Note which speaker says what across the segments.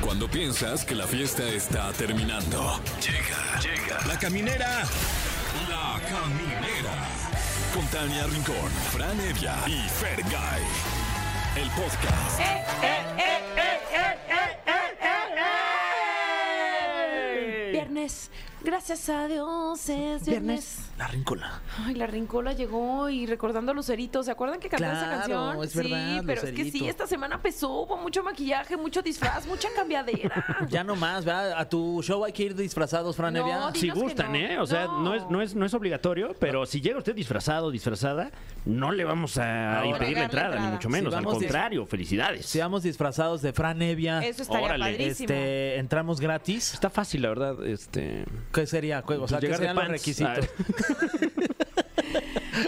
Speaker 1: Cuando piensas que la fiesta está terminando. Llega, llega. La caminera. La caminera. Con Tania Rincón, Fran Evia y Fer El podcast.
Speaker 2: Viernes, gracias a Dios, es viernes.
Speaker 3: La rincola.
Speaker 2: Ay, la rincola llegó y recordando a Lucerito, ¿se acuerdan que cantaba esa
Speaker 3: Claro,
Speaker 2: canción?
Speaker 3: es
Speaker 2: sí,
Speaker 3: verdad,
Speaker 2: pero es que
Speaker 3: Lucerito.
Speaker 2: sí, esta semana pesó, hubo mucho maquillaje, mucho disfraz, mucha cambiadera.
Speaker 3: Ya no más, ¿verdad? A tu show hay que ir disfrazados, Fran
Speaker 2: No,
Speaker 3: Evia.
Speaker 2: di-
Speaker 4: Si
Speaker 2: Dinos que
Speaker 4: gustan,
Speaker 2: no.
Speaker 4: ¿eh? O sea,
Speaker 2: No.
Speaker 4: no. es, no, es, no es obligatorio, pero si llega usted disfrazado, disfrazada, no le vamos a
Speaker 3: Ahora.
Speaker 4: impedir la
Speaker 2: Negarle
Speaker 4: entrada,
Speaker 2: entrada.
Speaker 4: ni mucho
Speaker 3: Si
Speaker 4: menos. Al
Speaker 3: vamos dis-
Speaker 4: contrario, felicidades.
Speaker 3: Si vamos disfrazados de Fran Evia,
Speaker 2: Eso estaría
Speaker 4: Órale.
Speaker 2: padrísimo.
Speaker 3: este, entramos gratis.
Speaker 4: Está fácil, la verdad. Este...
Speaker 3: ¿Qué sería? O sea, ¿qué
Speaker 4: Pues llegar de
Speaker 3: serían los
Speaker 4: pants.
Speaker 3: requisitos?
Speaker 4: Ah,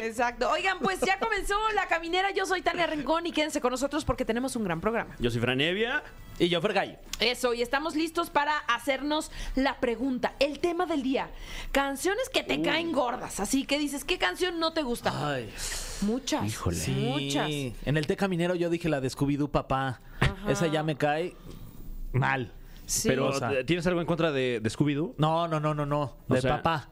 Speaker 2: Exacto. Oigan, pues ya comenzó la caminera. Yo soy Tania Rincón y quédense con nosotros porque tenemos un gran programa.
Speaker 4: Yo soy Fran Evia.
Speaker 3: Y yo, Fergay.
Speaker 2: Eso, y estamos listos para hacernos la pregunta, el tema del día. Canciones que te caen gordas, así que dices, ¿qué canción no te gusta?
Speaker 3: Ay,
Speaker 2: muchas.
Speaker 4: híjole.
Speaker 3: sí.
Speaker 2: Muchas.
Speaker 3: En el té caminero yo dije la de Scooby-Doo, papá.
Speaker 2: Ajá.
Speaker 3: Esa ya me cae mal.
Speaker 2: Sí.
Speaker 4: Pero, eh,
Speaker 3: O sea-
Speaker 4: ¿tienes algo en contra de, de Scooby-Doo?
Speaker 3: No, no, no, no, no.
Speaker 4: O
Speaker 3: De
Speaker 4: sea-
Speaker 3: papá.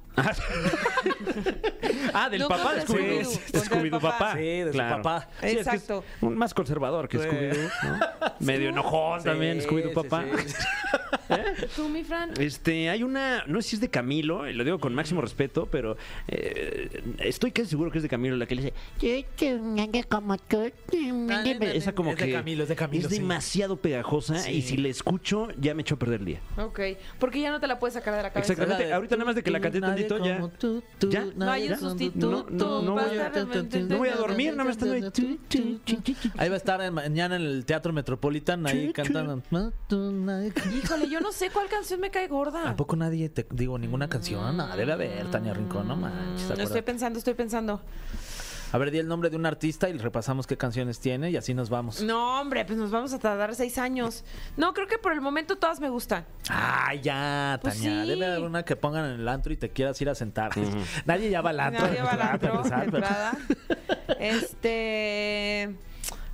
Speaker 4: Ah, del
Speaker 2: No,
Speaker 4: papá de
Speaker 2: contra
Speaker 4: Scooby-Doo.
Speaker 2: Scooby-Doo,
Speaker 4: De
Speaker 2: contra el
Speaker 4: Scooby-Doo
Speaker 2: papá.
Speaker 4: papá.
Speaker 3: Sí, de su papá.
Speaker 4: Sí, es que es
Speaker 2: Exacto.
Speaker 4: un más conservador que
Speaker 3: Sí.
Speaker 4: Scooby-Doo. ¿no? Medio enojón también,
Speaker 3: Sí,
Speaker 4: Scooby-Doo
Speaker 3: sí,
Speaker 4: papá. ¿Eh?
Speaker 3: sí.
Speaker 2: ¿Tú, mi Fran?
Speaker 3: eh,
Speaker 4: Este, hay una, no sé si es de Camilo, y lo digo con máximo respeto, pero eh, estoy casi seguro que es de Camilo la que le dice, "Yo te uniré como tú".
Speaker 3: ándale.
Speaker 4: esa como
Speaker 3: Es
Speaker 4: que
Speaker 3: de Camilo, es de Camilo,
Speaker 4: es
Speaker 3: sí.
Speaker 4: demasiado pegajosa
Speaker 3: Sí.
Speaker 4: y si la escucho ya me echó a perder el día.
Speaker 2: Ok, porque ya no te la puedes sacar de la cabeza.
Speaker 4: Exactamente. ahorita nada más de que la canté
Speaker 3: Nadie
Speaker 4: tantito, ya.
Speaker 3: como tú, tú,
Speaker 4: ¿Ya?
Speaker 2: No hay
Speaker 3: nadie
Speaker 2: un
Speaker 3: como
Speaker 2: sustituto.
Speaker 3: tú, tú,
Speaker 4: no voy a-
Speaker 2: básicamente.
Speaker 4: no voy a dormir, nada más estando ahí.
Speaker 3: Ahí va a estar en- mañana en el Teatro Metropolitan, ahí
Speaker 4: Chu, chu.
Speaker 3: cantando.
Speaker 2: Híjole, yo no sé cuál canción me cae gorda.
Speaker 3: Tampoco nadie te digo ninguna canción. No, debe haber Tania Rincón, no manches.
Speaker 2: No estoy
Speaker 3: acuérdate.
Speaker 2: pensando, estoy pensando.
Speaker 3: A ver, di el nombre de un artista y repasamos qué canciones tiene y así nos vamos.
Speaker 2: No, hombre, pues nos vamos a tardar seis años. No, creo que por el momento todas me gustan.
Speaker 3: Ah, ya,
Speaker 2: Pues
Speaker 3: Tania.
Speaker 2: sí.
Speaker 3: Debe haber una que pongan en el antro y te quieras ir a sentar. Nadie ya va al antro.
Speaker 2: Nadie va al
Speaker 3: para
Speaker 2: antro de
Speaker 3: empezar, pero-
Speaker 2: entrada. Este.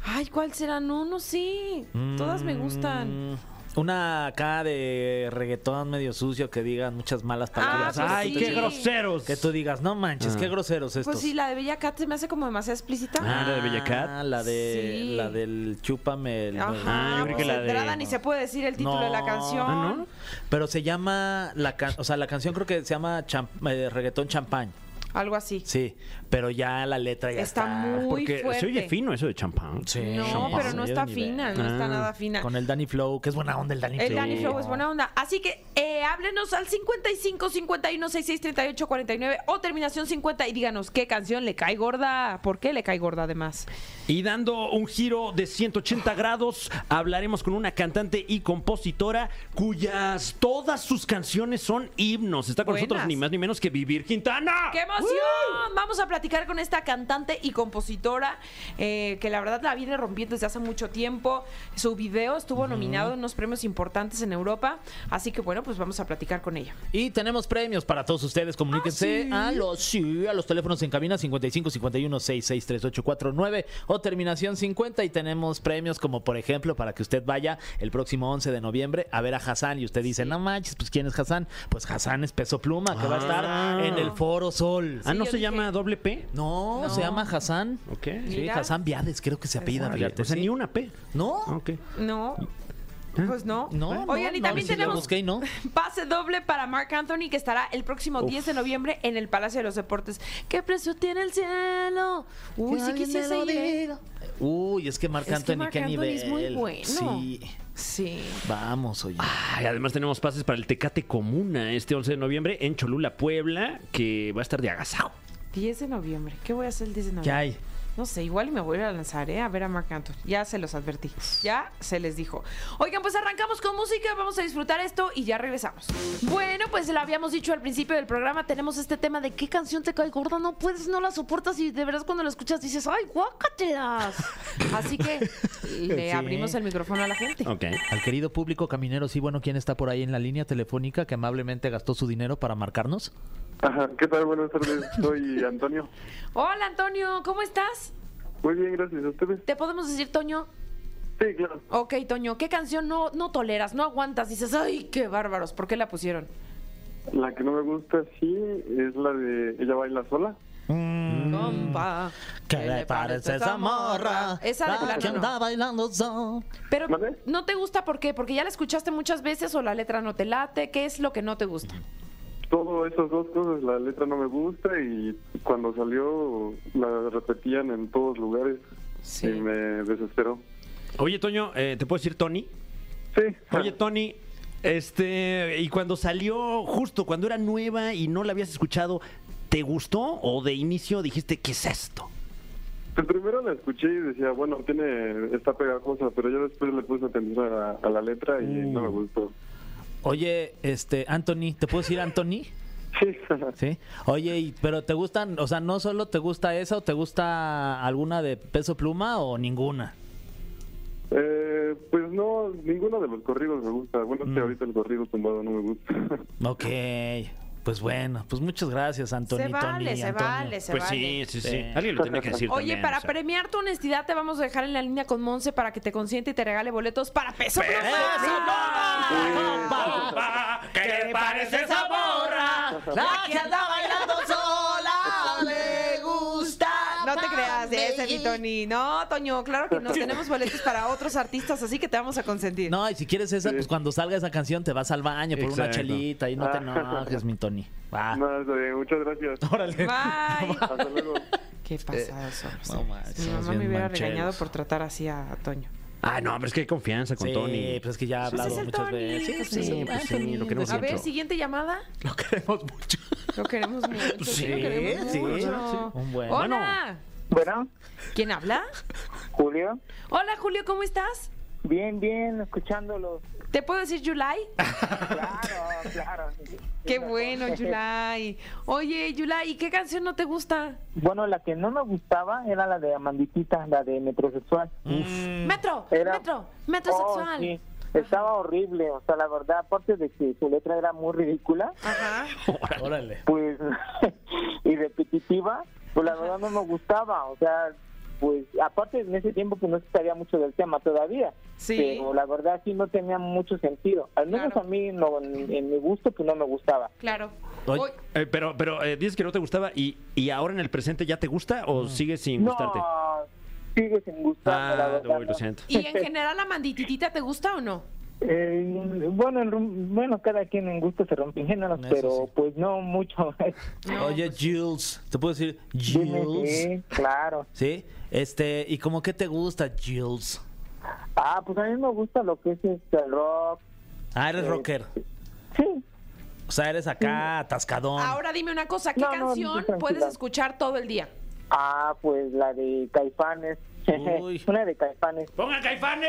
Speaker 2: Ay, ¿cuál será? No, no, sí. Todas me gustan.
Speaker 3: Mm, Una acá de reggaetón medio sucio que digan muchas malas palabras.
Speaker 2: pues
Speaker 4: Ah, Ay,
Speaker 2: sí.
Speaker 4: qué groseros.
Speaker 3: Que tú digas, no manches, qué groseros estos.
Speaker 2: Pues sí, la de Bella Cat se me hace como demasiado explícita.
Speaker 4: Ah, la de Bella Cat.
Speaker 3: La, de,
Speaker 2: Sí.
Speaker 3: la del chúpame. el-
Speaker 2: Ajá,
Speaker 4: Ah,
Speaker 2: pues
Speaker 4: yo creo que la
Speaker 2: de
Speaker 4: de-
Speaker 2: entrada ni se puede decir el título de la
Speaker 3: No.
Speaker 2: canción.
Speaker 4: Ah, ¿no?
Speaker 3: Pero se llama, la can- o sea, la canción creo que se llama champ- eh, reggaetón champán.
Speaker 2: Algo así.
Speaker 3: Sí, pero ya la letra ya
Speaker 2: Está
Speaker 3: está.
Speaker 2: muy-
Speaker 4: Porque se
Speaker 2: fuerte.
Speaker 4: oye fino eso de champán.
Speaker 3: Sí.
Speaker 2: No,
Speaker 4: Champán.
Speaker 2: pero no
Speaker 3: Sí,
Speaker 2: está
Speaker 3: es nivel.
Speaker 2: fina, no está
Speaker 4: Ah,
Speaker 2: nada fina.
Speaker 3: Con el Danny Flow, que es buena onda el Danny Flow.
Speaker 2: El Danny
Speaker 4: Sí.
Speaker 2: Flow es buena onda. Así que eh, háblenos al 55 51 66 38 49 o terminación 50 y díganos qué canción le cae gorda, por qué le cae gorda además.
Speaker 4: Y dando un giro de 180 grados, hablaremos con una cantante y compositora cuyas todas sus canciones son himnos. Está con
Speaker 2: Buenas.
Speaker 4: nosotros ni más ni menos que Vivir Quintana. ¡Uh!
Speaker 2: ¡Qué emoción! Vamos a platicar con esta cantante y compositora eh, que la verdad la viene rompiendo desde hace mucho tiempo. Su video estuvo nominado en unos premios importantes en Europa. Así que bueno, pues vamos a platicar con ella.
Speaker 3: Y tenemos premios para todos ustedes. Comuníquense
Speaker 4: Ah,
Speaker 3: a los sí, a los teléfonos en cabina 55 51 66 38 49 o terminación 50 y tenemos premios como por ejemplo para que usted vaya el próximo 11 de noviembre a ver a Hassan y usted dice, "No manches, pues quién es Hassan?" Pues Hassan es Peso Pluma que va a estar
Speaker 4: Ah.
Speaker 3: en el Foro Sol.
Speaker 4: Ah, ¿no
Speaker 2: yo
Speaker 4: se
Speaker 2: dije-
Speaker 4: llama doble P?
Speaker 3: No, se llama Hassan.
Speaker 4: Ok.
Speaker 3: Sí,
Speaker 2: Mira.
Speaker 3: Hassan Viades, creo que se apellida,
Speaker 4: Órale,
Speaker 3: fíjate,
Speaker 4: o sea,
Speaker 3: sí.
Speaker 4: ni una P. Ah,
Speaker 3: No.
Speaker 4: Ok.
Speaker 2: No. Pues no.
Speaker 3: ¿Eh? No,
Speaker 2: Oigan,
Speaker 3: no,
Speaker 2: y
Speaker 3: no,
Speaker 2: también
Speaker 3: sí lo
Speaker 2: tenemos
Speaker 3: busqué y no.
Speaker 2: pase doble para Mark Anthony que estará el próximo 10 de noviembre en el Palacio de los Deportes. ¡Qué precio tiene el cielo! Uy, sí quisiese ir. ¿eh?
Speaker 3: Uy, es que Marc
Speaker 2: Es que
Speaker 3: Anthony,
Speaker 2: Marc
Speaker 3: qué
Speaker 2: Anthony
Speaker 3: nivel.
Speaker 2: es muy bueno.
Speaker 3: Sí,
Speaker 2: Sí.
Speaker 3: vamos, oye.
Speaker 4: Ay, además tenemos pases para el Tecate Comuna este 11 de noviembre en Cholula, Puebla, que va a estar de agasajo.
Speaker 2: 10 de noviembre. ¿Qué voy a hacer el 10 de
Speaker 3: ¿Qué
Speaker 2: noviembre?
Speaker 3: hay?
Speaker 2: No sé, igual y me voy a ir a lanzar, ¿eh? A ver a Marc Anthony. Ya se los advertí. Ya se les dijo. Oigan, pues arrancamos con música, vamos a disfrutar esto y ya regresamos. Bueno, pues lo habíamos dicho al principio del programa, tenemos este tema de qué canción te cae gorda, no puedes, no la soportas y de verdad cuando la escuchas dices, ¡ay, guácatelas! Así que le
Speaker 3: Sí.
Speaker 2: abrimos el micrófono a la gente.
Speaker 4: Ok.
Speaker 3: Al querido público caminero, sí, bueno, ¿quién está por ahí en la línea telefónica que amablemente gastó su dinero para marcarnos?
Speaker 5: Ajá, ¿qué tal? Buenas tardes, soy Antonio.
Speaker 2: Hola, Antonio, ¿cómo estás?
Speaker 5: Muy bien, gracias a ustedes.
Speaker 2: ¿Te podemos decir, Toño?
Speaker 5: Sí, Sí, claro.
Speaker 2: Ok, Toño, ¿qué canción no, no toleras, no aguantas? Dices, ay, qué bárbaros, ¿por qué la pusieron?
Speaker 5: La que no me gusta, sí, es la de Ella baila sola.
Speaker 2: Compa.
Speaker 3: Mm, ¿Qué le parece esa morra?
Speaker 2: Esa de
Speaker 3: la que
Speaker 2: plano no.
Speaker 3: anda bailando son.
Speaker 2: Pero
Speaker 5: ¿Mande?
Speaker 2: no te gusta por qué? Porque ya la escuchaste muchas veces o la letra no te late, ¿qué es lo que no te gusta?
Speaker 3: Mm,
Speaker 5: Todo esas dos cosas, la letra no me gusta y cuando salió la repetían en todos lugares
Speaker 2: Sí.
Speaker 5: y me desesperó.
Speaker 4: Oye, Toño, eh, ¿te puedo decir Tony?
Speaker 5: Sí.
Speaker 4: Oye, Tony, este, y cuando salió, justo cuando era nueva y no la habías escuchado, ¿te gustó o de inicio dijiste, ¿qué es esto?
Speaker 5: Pues primero la escuché y decía, bueno, tiene está pegajosa, pero yo después le puse atención a la, a la letra y
Speaker 4: Mm.
Speaker 5: no me gustó.
Speaker 3: Oye, este, Anthony, ¿te puedo decir Anthony?
Speaker 5: Sí.
Speaker 3: Sí. Oye, y- pero ¿te gustan? O sea, ¿no solo te gusta esa o te gusta alguna de peso pluma o ninguna?
Speaker 5: Eh, pues no, ninguno de los corridos me gusta. Bueno, es que ahorita el corrido tumbado no me gusta.
Speaker 3: Ok. Pues bueno, pues muchas gracias, Anthony.
Speaker 2: se vale,
Speaker 3: Tony,
Speaker 2: se
Speaker 3: Antonio.
Speaker 2: vale, se vale.
Speaker 4: Pues sí,
Speaker 3: Sí.
Speaker 4: Alguien lo tenía que decir.
Speaker 2: Oye,
Speaker 4: también,
Speaker 2: para
Speaker 4: o sea.
Speaker 2: premiar tu honestidad te vamos a dejar en la línea con Monse para que te consiente y te regale boletos para Peso Pluma.
Speaker 4: ¿Qué le parece esa morra?
Speaker 3: La que anda bailando sola le gusta.
Speaker 2: No te creas de ese, mi Tony. No, Toño, claro que no. Tenemos boletos para otros artistas, así que te vamos a consentir.
Speaker 3: No, y si quieres esa, pues cuando salga esa canción te vas al baño por una
Speaker 4: Exacto.
Speaker 3: chelita y no te enojes, mi Tony. Va.
Speaker 5: Nada, está bien, muchas gracias.
Speaker 3: Órale.
Speaker 2: Bye.
Speaker 5: Hasta luego.
Speaker 2: Qué pasados son los
Speaker 3: Eh, no
Speaker 2: hombres.
Speaker 3: manches,
Speaker 2: Mi mamá
Speaker 3: bien
Speaker 2: me hubiera
Speaker 3: mancheros.
Speaker 2: regañado por tratar así a Toño.
Speaker 4: Ah, no, pero es que hay confianza con
Speaker 3: Sí,
Speaker 4: Tony.
Speaker 3: pues es que ya ha
Speaker 2: Pues
Speaker 3: hablado
Speaker 2: es el
Speaker 3: muchas
Speaker 2: Tony,
Speaker 3: veces.
Speaker 2: sí,
Speaker 3: Sí,
Speaker 4: pues
Speaker 3: Anthony,
Speaker 4: sí, lo queremos
Speaker 2: A
Speaker 3: no-
Speaker 2: ver,
Speaker 4: Siento.
Speaker 2: siguiente llamada.
Speaker 3: Lo queremos mucho.
Speaker 2: Lo queremos mucho. sí, lo queremos
Speaker 3: sí,
Speaker 2: mucho.
Speaker 3: sí. Un buen-
Speaker 2: Hola.
Speaker 6: Bueno,
Speaker 2: ¿Quién habla?
Speaker 6: Julio,
Speaker 2: Hola, Julio, ¿cómo estás?
Speaker 6: bien, bien, escuchándolo.
Speaker 2: ¿Te puedo decir July?
Speaker 6: Claro, claro.
Speaker 2: Qué bueno, July. Oye, July, ¿y qué canción no te gusta?
Speaker 6: Bueno, la que no me gustaba era la de Amanditita, la de metrosexual.
Speaker 4: Mm.
Speaker 3: Mm.
Speaker 2: Metro,
Speaker 6: Era-
Speaker 2: metro, metro
Speaker 6: Oh,
Speaker 2: sexual.
Speaker 6: sí. Estaba horrible, o sea, la verdad, aparte de que su letra era muy ridícula,
Speaker 2: Ajá.
Speaker 3: Órale.
Speaker 6: pues, y repetitiva, pues la verdad no me gustaba, o sea, pues, aparte en ese tiempo que no se sabía mucho del tema todavía,
Speaker 2: Sí.
Speaker 6: pero la verdad sí no tenía mucho sentido, al menos
Speaker 2: Claro.
Speaker 6: a mí no, en, en mi gusto pues no me gustaba.
Speaker 2: Claro.
Speaker 3: Oye,
Speaker 2: Oy-
Speaker 4: Eh, pero pero eh, dices que no te gustaba y, y ahora en el presente ya te gusta o sigues sin gustarte.
Speaker 6: No, sigue sin gustarme, la
Speaker 4: Ah,
Speaker 6: verdad.
Speaker 4: uy, lo siento.
Speaker 2: ¿Y en general la mandititita te gusta o no?
Speaker 6: Eh, bueno, en rum- bueno, cada quien en gusto se rompe en géneros,
Speaker 3: Eso
Speaker 6: pero
Speaker 3: sí.
Speaker 6: pues no mucho.
Speaker 2: No, pues
Speaker 3: Oye, Jules, ¿te puedo decir
Speaker 6: Dime,
Speaker 3: Jules?
Speaker 6: sí, claro.
Speaker 3: Sí. Este, ¿y como qué te gusta, Jules?
Speaker 6: Ah, pues a mí me gusta lo que es este el rock.
Speaker 3: Ah, eres
Speaker 6: Eh,
Speaker 3: rocker.
Speaker 6: Sí,
Speaker 3: O sea, eres acá atascadón.
Speaker 2: Ahora dime una cosa, ¿qué
Speaker 6: No, no,
Speaker 2: canción
Speaker 6: tranquila.
Speaker 2: puedes escuchar todo el día?
Speaker 6: ah, pues la de Caifanes.
Speaker 3: Uy.
Speaker 6: Una de Caifanes.
Speaker 4: ¡Ponga caifanes!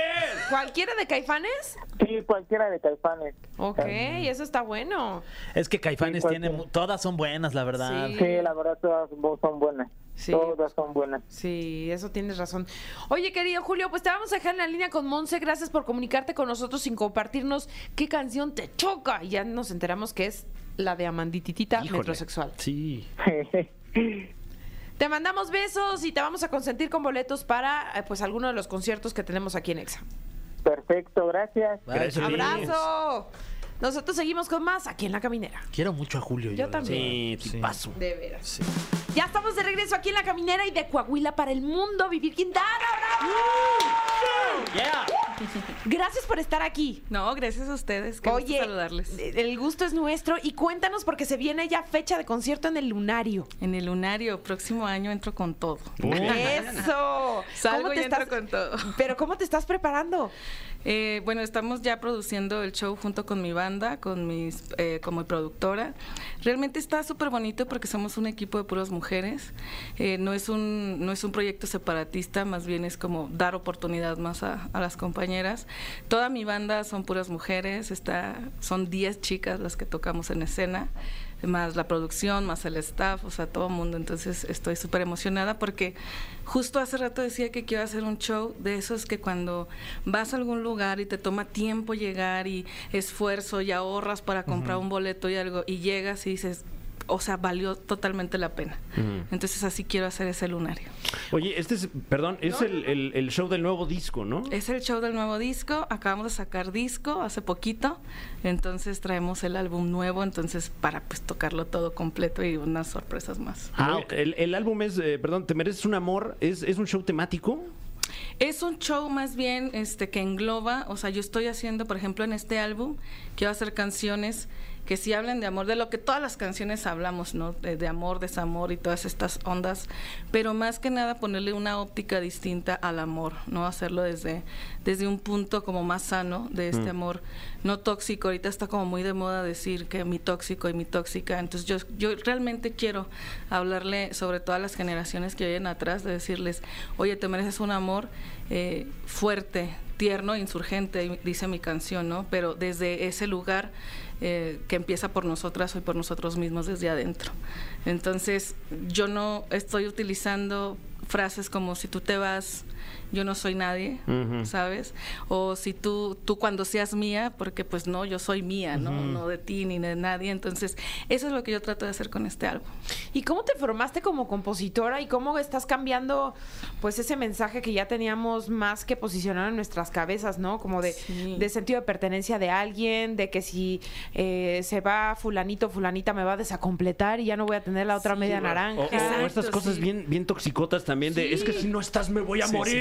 Speaker 2: ¿Cualquiera de Caifanes?
Speaker 6: Sí, cualquiera de Caifanes.
Speaker 2: Ok, eso está bueno.
Speaker 3: Es que Caifanes
Speaker 6: Sí,
Speaker 3: tiene,
Speaker 6: cualquiera.
Speaker 3: mu- todas son buenas, la verdad.
Speaker 2: Sí.
Speaker 6: Sí, la verdad todas bo- son buenas.
Speaker 2: Sí.
Speaker 6: Todas son buenas.
Speaker 2: Sí, eso tienes razón. Oye, querido Julio, pues te vamos a dejar en la línea con Monse. Gracias por comunicarte con nosotros sin compartirnos qué canción te choca. Y ya nos enteramos que es la de Amandititita
Speaker 4: Híjole.
Speaker 2: metrosexual.
Speaker 4: Sí.
Speaker 2: Te mandamos besos y te vamos a consentir con boletos para eh, pues alguno de los conciertos que tenemos aquí en EXA.
Speaker 6: Perfecto, gracias.
Speaker 3: Ay,
Speaker 4: Gracias.
Speaker 3: Jules.
Speaker 2: ¡Abrazo! Nosotros seguimos con más aquí en La Caminera.
Speaker 3: Quiero mucho a Julio.
Speaker 2: Yo
Speaker 3: la
Speaker 2: también.
Speaker 4: Sí,
Speaker 3: Sí.
Speaker 4: tipazo.
Speaker 2: De veras. Ya estamos de regreso aquí en La Caminera y de Coahuila para el mundo. Vivir Quintana, ¡bravo!
Speaker 3: verdad. Yeah.
Speaker 2: Gracias por estar aquí.
Speaker 7: No, gracias a ustedes. Qué gusto saludarles.
Speaker 2: el gusto es nuestro y cuéntanos porque se viene ya fecha de concierto en el Lunario.
Speaker 7: En el lunario, próximo año entro con todo.
Speaker 4: Oh.
Speaker 2: ¡Eso!
Speaker 7: Salgo y entro
Speaker 2: estás-
Speaker 7: con todo.
Speaker 2: Pero ¿cómo te estás preparando?
Speaker 7: Eh, bueno, estamos ya produciendo el show junto con mi banda, con mis, eh, como productora. Realmente está súper bonito porque somos un equipo de puras mujeres. Eh, no, es un, no es un proyecto separatista, más bien es como dar oportunidad más a, a las compañeras. Toda mi banda son puras mujeres, está, son 10 chicas las que tocamos en escena, más la producción, más el staff, o sea, todo el mundo. Entonces estoy súper emocionada porque justo hace rato decía que quiero hacer un show de esos que cuando vas a algún lugar y te toma tiempo llegar y esfuerzo y ahorras para comprar un boleto y algo y llegas y dices o sea, valió totalmente la pena. Entonces así quiero hacer ese lunario.
Speaker 4: Oye, este es, perdón, es el, el- el show del nuevo disco, ¿no?
Speaker 7: Es el show del nuevo disco, acabamos de sacar disco hace poquito, entonces traemos el álbum nuevo, entonces para pues tocarlo todo completo y unas sorpresas más.
Speaker 4: Muy- Ah, el, el álbum es, eh, perdón, Te Mereces un Amor, es, es un show temático.
Speaker 7: Es un show más bien este que engloba, o sea, yo estoy haciendo, por ejemplo, en este álbum, quiero hacer canciones que sí hablen de amor, de lo que todas las canciones hablamos, ¿no? De, de amor, desamor y todas estas ondas, pero más que nada ponerle una óptica distinta al amor, ¿no? Hacerlo desde, desde un punto como más sano de este amor, no tóxico. Ahorita está como muy de moda decir que mi tóxico y mi tóxica, entonces yo, yo realmente quiero hablarle sobre todo a las generaciones que vienen atrás, de decirles, oye, te mereces un amor eh, fuerte, tierno, insurgente, dice mi canción, ¿no? Pero desde ese lugar eh, que empieza por nosotras y por nosotros mismos desde adentro. Entonces, yo no estoy utilizando frases como si tú te vas, yo no soy nadie, ¿sabes? O si tú, tú cuando seas mía, porque pues no, yo soy mía, ¿no? No de ti ni de nadie. Entonces, eso es lo que yo trato de hacer con este álbum.
Speaker 2: ¿Y cómo te formaste como compositora y cómo estás cambiando pues ese mensaje que ya teníamos más que posicionado en nuestras cabezas, ¿no? Como de,
Speaker 7: Sí.
Speaker 2: de sentido de pertenencia de alguien, de que si eh, se va fulanito, fulanita me va a desacompletar y ya no voy a tener la otra
Speaker 7: Sí,
Speaker 2: media
Speaker 4: O, o-
Speaker 7: va.
Speaker 4: o
Speaker 2: naranja.
Speaker 4: estas
Speaker 7: Exacto,
Speaker 4: cosas
Speaker 7: sí.
Speaker 4: bien, bien toxicotas también, de es que si no estás me voy a
Speaker 1: Sí, sí,
Speaker 4: morir.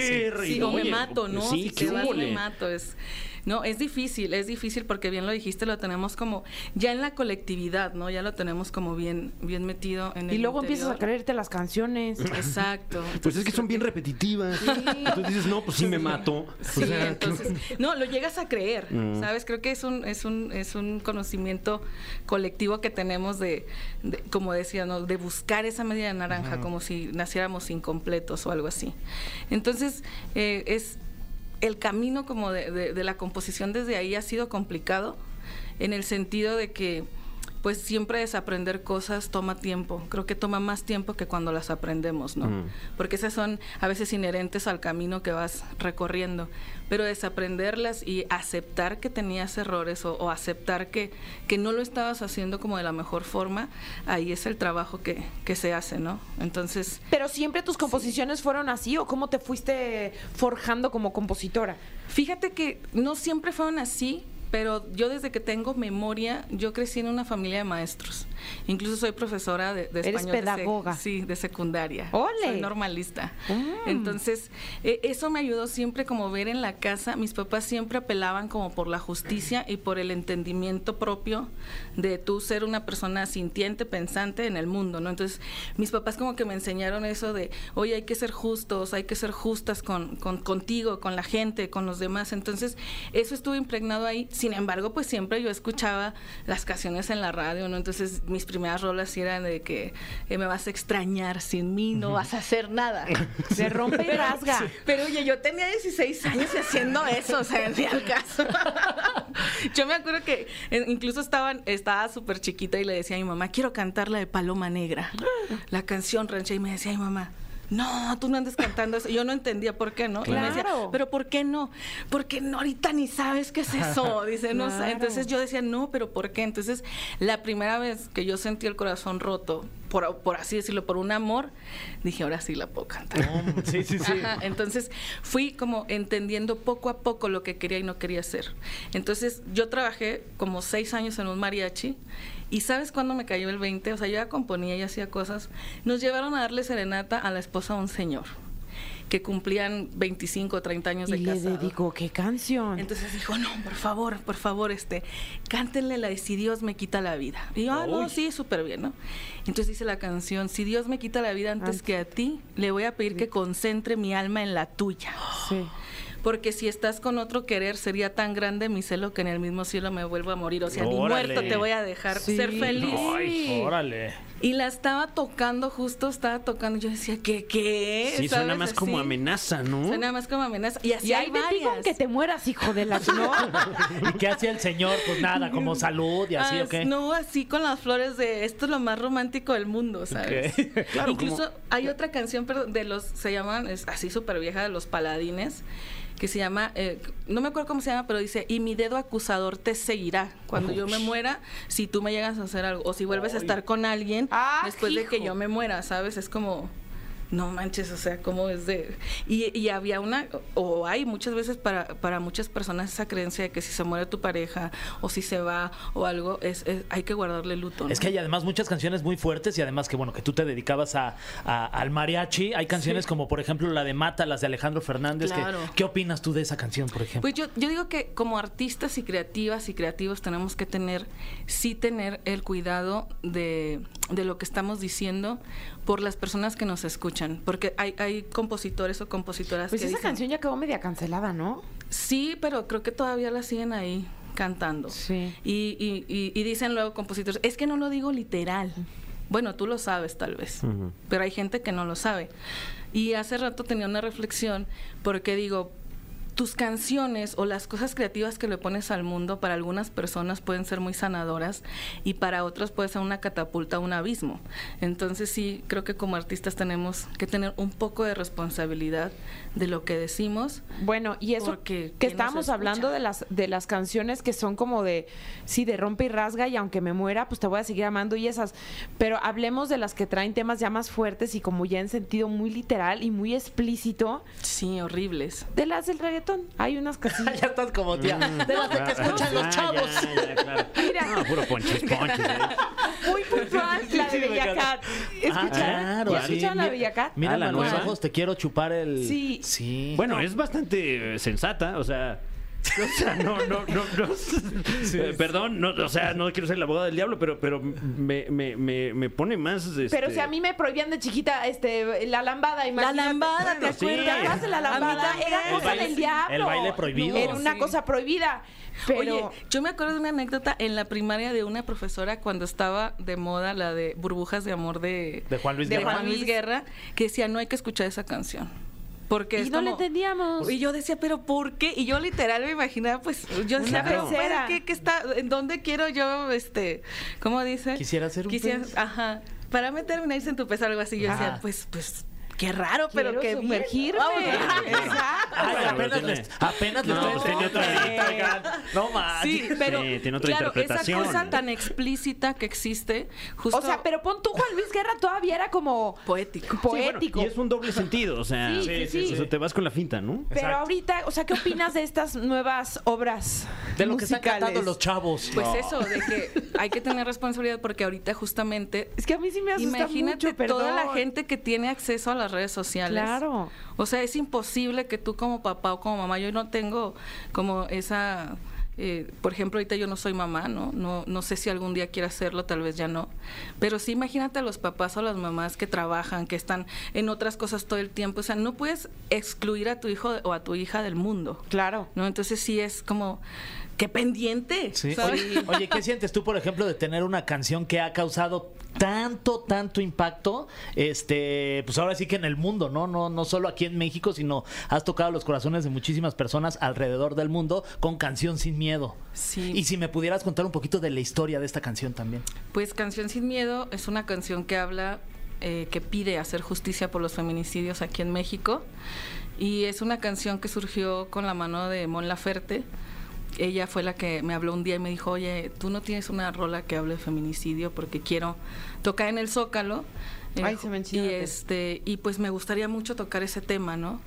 Speaker 7: Sí,
Speaker 4: Y,
Speaker 7: o me
Speaker 4: oye,
Speaker 7: mato, ¿no?
Speaker 4: Sí,
Speaker 7: si
Speaker 4: qué
Speaker 7: te vas,
Speaker 4: hubole.
Speaker 7: me mato. Es, no, es difícil, es difícil porque bien lo dijiste, lo tenemos como ya en la colectividad, ¿no? Ya lo tenemos como bien, bien metido en el
Speaker 2: Y luego empiezas a
Speaker 7: interior.
Speaker 2: creerte las canciones.
Speaker 7: Exacto.
Speaker 4: Pues
Speaker 7: Entonces,
Speaker 4: es que son bien repetitivas. Entonces dices, no, pues sí me mato.
Speaker 7: Sí,
Speaker 4: O sea,
Speaker 7: entonces, no, lo llegas a creer, ¿sabes? Creo que es un, es un, es un conocimiento colectivo que tenemos de, de- como decía, ¿no? de buscar esa media naranja, como si naciéramos incompletos o algo así. Entonces, eh, es el camino como de, de- de la composición desde ahí ha sido complicado, en el sentido de que pues siempre desaprender cosas toma tiempo. Creo que toma más tiempo que cuando las aprendemos, ¿no? Porque esas son a veces inherentes al camino que vas recorriendo. Pero desaprenderlas y aceptar que tenías errores o, o aceptar que, que no lo estabas haciendo como de la mejor forma, ahí es el trabajo que, que se hace, ¿no? Entonces,
Speaker 2: Pero siempre tus composiciones fueron así o cómo te fuiste forjando como compositora.
Speaker 7: Fíjate que no siempre fueron así, pero yo desde que tengo memoria, yo crecí en una familia de maestros. Incluso soy profesora de, de
Speaker 2: Eres
Speaker 7: español. de sec-
Speaker 2: pedagoga.
Speaker 7: sí, de secundaria.
Speaker 2: ¡Ole!
Speaker 7: Soy normalista.
Speaker 2: Mm.
Speaker 7: Entonces, eh, eso me ayudó siempre como ver en la casa, mis papás siempre apelaban como por la justicia y por el entendimiento propio de tú ser una persona sintiente, pensante en el mundo, ¿no? Entonces, mis papás como que me enseñaron eso de, oye, hay que ser justos, hay que ser justas con, con- contigo, con la gente, con los demás. Entonces, eso estuvo impregnado ahí. Sin embargo, pues siempre yo escuchaba las canciones en la radio, ¿no? Entonces, mis primeras rolas sí eran de que eh, me vas a extrañar sin mí, no vas a hacer nada.
Speaker 2: Se rompe y rasga.
Speaker 7: Pero oye, yo tenía 16 años y haciendo eso, o sea, ni al caso. yo me acuerdo que eh, incluso estaban, estaba súper chiquita y le decía a mi mamá, quiero cantar la de Paloma Negra, la canción ranchera. Y me decía, ay mamá, no, tú no andes cantando eso. Y Yo no entendía por qué, ¿no? Y me decía,
Speaker 2: Claro.
Speaker 7: pero ¿por qué no? Porque no, ahorita ni sabes qué es eso. Dice, no sé.
Speaker 2: Claro.
Speaker 7: Entonces yo decía, no, pero ¿por qué? Entonces, la primera vez que yo sentí el corazón roto, por, por así decirlo, por un amor, dije, ahora sí la puedo cantar.
Speaker 3: Sí, sí, sí.
Speaker 7: Ajá, entonces fui como entendiendo poco a poco lo que quería y no quería hacer. Entonces yo trabajé como seis años en un mariachi y ¿sabes cuándo me cayó el 20? O sea, yo ya componía y hacía cosas. Nos llevaron a darle serenata a la esposa de un señor que cumplían 25 o 30 años
Speaker 2: Y
Speaker 7: de
Speaker 2: le
Speaker 7: casado.
Speaker 2: dedico, ¿qué canción?
Speaker 7: Entonces dijo, no, por favor, por favor, este, cántenle la de Si Dios me quita la vida. Y yo, ah, no, sí, súper bien, ¿no? Entonces dice la canción, Si Dios me quita la vida antes
Speaker 2: Antes.
Speaker 7: que a ti, le voy a pedir que concentre mi alma en la tuya.
Speaker 2: Sí.
Speaker 7: Porque si estás con otro querer, sería tan grande mi celo que en el mismo cielo me vuelvo a morir. O sea, ni
Speaker 3: Órale.
Speaker 7: muerto te voy a dejar
Speaker 2: Sí.
Speaker 7: ser feliz.
Speaker 3: Ay, órale.
Speaker 7: Y la estaba tocando, justo estaba tocando. Yo decía, ¿qué? ¿Qué?
Speaker 4: sí, suena
Speaker 7: ¿Sabes?
Speaker 4: más como
Speaker 7: Así.
Speaker 4: amenaza, ¿no?
Speaker 7: Suena más como amenaza. Y así
Speaker 2: Y
Speaker 7: hay
Speaker 2: ahí te digo
Speaker 7: varias.
Speaker 2: que te mueras, hijo de la... ¿no?
Speaker 3: ¿Y qué hacía el señor? Pues nada, como salud y así,
Speaker 7: Ah,
Speaker 3: ¿o qué?
Speaker 7: No, así con las flores de esto es lo más romántico del mundo, ¿sabes?
Speaker 3: Ok. Claro,
Speaker 7: Incluso hay otra canción, pero de los, se llaman, es así súper vieja, de los paladines, que se llama, eh, no me acuerdo cómo se llama, pero dice, y mi dedo acusador te seguirá cuando yo me muera, si tú me llegas a hacer algo, o si vuelves a estar con alguien
Speaker 2: Ah,
Speaker 7: después de que
Speaker 2: hijo.
Speaker 7: yo me muera, ¿sabes? Es como... No manches, o sea, cómo es de... Y, y había una, o hay muchas veces para, para muchas personas esa creencia de que si se muere tu pareja o si se va o algo, es, es- hay que guardarle luto. ¿no?
Speaker 3: Es que hay además muchas canciones muy fuertes y además que bueno, que tú te dedicabas a, a- al mariachi. Hay canciones como por ejemplo la de Mata, las de Alejandro Fernández. que-
Speaker 7: Claro.
Speaker 3: ¿Qué opinas tú de esa canción, por ejemplo?
Speaker 7: Pues yo, yo digo que como artistas y creativas y creativos tenemos que tener, sí tener el cuidado de, de lo que estamos diciendo por las personas que nos escuchan, porque hay, hay compositores o compositoras
Speaker 2: Pues
Speaker 7: que
Speaker 2: esa
Speaker 7: dicen,
Speaker 2: canción ya quedó media cancelada, ¿no?
Speaker 7: sí, pero creo que todavía la siguen ahí cantando.
Speaker 2: Sí.
Speaker 7: Y, y- y- y dicen luego compositores, es que no lo digo literal. Bueno, tú lo sabes tal vez, pero hay gente que no lo sabe. Y hace rato tenía una reflexión porque digo, tus canciones o las cosas creativas que le pones al mundo para algunas personas pueden ser muy sanadoras y para otras puede ser una catapulta a un abismo. Entonces sí, creo que como artistas tenemos que tener un poco de responsabilidad de lo que decimos.
Speaker 2: Bueno, y eso
Speaker 7: Porque
Speaker 2: que
Speaker 7: ¿quién nos
Speaker 2: estábamos
Speaker 7: escucha?
Speaker 2: hablando de las de las canciones que son como de sí de rompe y rasga y aunque me muera, pues te voy a seguir amando y esas, pero hablemos de las que traen temas ya más fuertes y como ya en sentido muy literal y muy explícito,
Speaker 7: Sí, horribles.
Speaker 2: de las del reggaetón. Hay unas que sí.
Speaker 3: ya estás como tía. De las
Speaker 4: Ah,
Speaker 3: de que escuchan los chavos.
Speaker 2: Mira.
Speaker 4: No, puro ponches, ponches. eh.
Speaker 2: Muy puntual la de Bellacat.
Speaker 3: Ah,
Speaker 2: ¿Escucharon? ¿Ya escucharon la de Bellacat?
Speaker 3: Mira
Speaker 4: Ah, la
Speaker 3: a los
Speaker 4: nueva.
Speaker 3: ojos, te quiero chupar el.
Speaker 2: Sí.
Speaker 3: Sí.
Speaker 4: Bueno, es bastante eh, sensata, o sea. O sea, no, no, no, no. Eh, perdón, no, o sea, no quiero ser la abogada del diablo, pero, pero me, me, me, me pone más.
Speaker 2: Pero
Speaker 4: este,
Speaker 2: si a mí me prohibían de chiquita este la lambada, imagínate.
Speaker 7: lambada, ¿te
Speaker 2: Bueno, sí.
Speaker 7: acuerdas?
Speaker 2: ¿Te acuerdas de la
Speaker 7: A mí
Speaker 2: lambada?
Speaker 7: también.
Speaker 2: Era
Speaker 7: El
Speaker 2: cosa
Speaker 3: baile-
Speaker 2: del diablo.
Speaker 3: el baile prohibido.
Speaker 2: Era una
Speaker 7: Sí.
Speaker 2: cosa prohibida. Pero
Speaker 7: Oye, yo me acuerdo de una anécdota en la primaria de una profesora cuando estaba de moda la de Burbujas de Amor de,
Speaker 3: De Juan Luis
Speaker 7: de
Speaker 3: Guerra.
Speaker 7: Juan Luis Guerra, que decía, no hay que escuchar esa canción. Porque
Speaker 2: Y
Speaker 7: es
Speaker 2: no la
Speaker 7: como-
Speaker 2: entendíamos.
Speaker 7: Y yo decía, ¿pero por qué? Y yo literal me imaginaba, pues, yo decía,
Speaker 2: Una
Speaker 7: ¿pero
Speaker 2: pecera.
Speaker 7: para qué, qué está? ¿En dónde quiero yo, este, cómo dice?
Speaker 3: Quisiera ser un
Speaker 7: Quisiera-
Speaker 3: pez.
Speaker 7: Ajá. Para meterme irse en tu pez algo así. Yo
Speaker 3: Ajá.
Speaker 7: decía, pues, pues, qué raro, pero
Speaker 2: quiero
Speaker 7: qué bien.
Speaker 2: sumergirme.
Speaker 7: Vamos.
Speaker 2: Exacto.
Speaker 3: Ay,
Speaker 4: Bueno,
Speaker 3: apenas
Speaker 4: tiene-
Speaker 3: le- apenas le
Speaker 4: No,
Speaker 3: estoy-
Speaker 4: pues tenía otra-
Speaker 3: Oigan, No más.
Speaker 7: Sí, pero
Speaker 4: Sí, Ah, tiene otra
Speaker 7: claro,
Speaker 4: interpretación.
Speaker 7: esa cosa tan explícita que existe, justo
Speaker 2: O sea, pero pon tú, Juan Luis Guerra todavía era como
Speaker 7: poético.
Speaker 4: Sí, bueno,
Speaker 2: poético.
Speaker 4: y es un doble sentido, o sea.
Speaker 2: Sí, sí, Sí, sí, sí.
Speaker 4: O sea, te vas con la finta, ¿no?
Speaker 2: Pero
Speaker 3: Exacto.
Speaker 2: ahorita, o sea, ¿qué opinas de estas nuevas obras
Speaker 3: De lo que están
Speaker 2: musicales?
Speaker 3: cantando los chavos.
Speaker 7: Pues eso, de que hay que tener responsabilidad porque ahorita justamente
Speaker 2: Es que a mí sí me asusta
Speaker 7: imagínate
Speaker 2: mucho, perdón.
Speaker 7: toda la gente que tiene acceso a las redes sociales.
Speaker 2: Claro.
Speaker 7: O sea, es imposible que tú como papá o como mamá, yo no tengo como esa... eh, por ejemplo, ahorita yo no soy mamá, ¿no? ¿no? No sé si algún día quiera hacerlo, tal vez ya no. Pero sí imagínate a los papás o las mamás que trabajan, que están en otras cosas todo el tiempo. O sea, no puedes excluir a tu hijo o a tu hija del mundo.
Speaker 2: Claro.
Speaker 7: ¿no? Entonces sí es como, qué pendiente.
Speaker 3: Sí.
Speaker 7: ¿sabes?
Speaker 3: Oye, oye, ¿qué sientes tú, por ejemplo, de tener una canción que ha causado tanto, tanto impacto? Este, pues ahora sí que en el mundo, ¿no? No, no solo aquí en México, sino has tocado los corazones de muchísimas personas alrededor del mundo con Canción Sin Miedo.
Speaker 7: Sí.
Speaker 3: Y si me pudieras contar un poquito de la historia de esta canción también.
Speaker 7: Pues Canción Sin Miedo es una canción que habla, eh, que pide hacer justicia por los feminicidios aquí en México. Y es una canción que surgió con la mano de Mon Laferte. Ella fue la que me habló un día y me dijo, oye, tú no tienes una rola que hable de feminicidio porque quiero tocar en el Zócalo. Eh,
Speaker 2: Ay, se me enchina
Speaker 7: y
Speaker 2: la piel.
Speaker 7: este Y pues me gustaría mucho tocar ese tema, ¿no?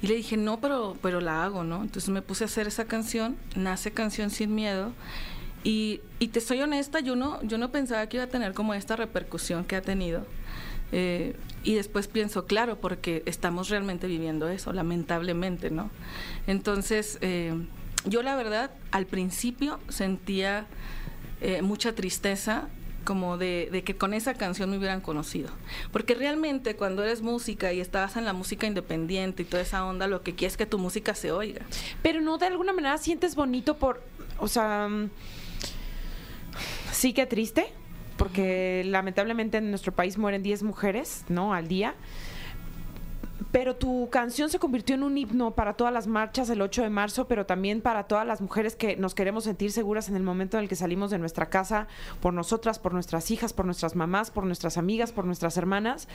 Speaker 7: Y le dije, no, pero, pero la hago, ¿no? Entonces me puse a hacer esa canción, nace Canción Sin Miedo. Y, y te soy honesta, yo no, yo no pensaba que iba a tener como esta repercusión que ha tenido. Eh, y después pienso, claro, porque estamos realmente viviendo eso, lamentablemente, ¿no? Entonces, eh, yo la verdad, al principio sentía eh, mucha tristeza como de, de que con esa canción me hubieran conocido. Porque realmente cuando eres música y estás en la música independiente y toda esa onda, lo que quieres es que tu música se oiga.
Speaker 2: Pero no de alguna manera sientes bonito por, o sea, mm, sí que triste, porque lamentablemente en nuestro país mueren 10 mujeres, ¿no? Al día. Pero tu canción se convirtió en un himno para todas las marchas el 8 de marzo, pero también para todas las mujeres que nos queremos sentir seguras en el momento en el que salimos de nuestra casa, por nosotras, por nuestras hijas, por nuestras mamás, por nuestras amigas, por nuestras hermanas.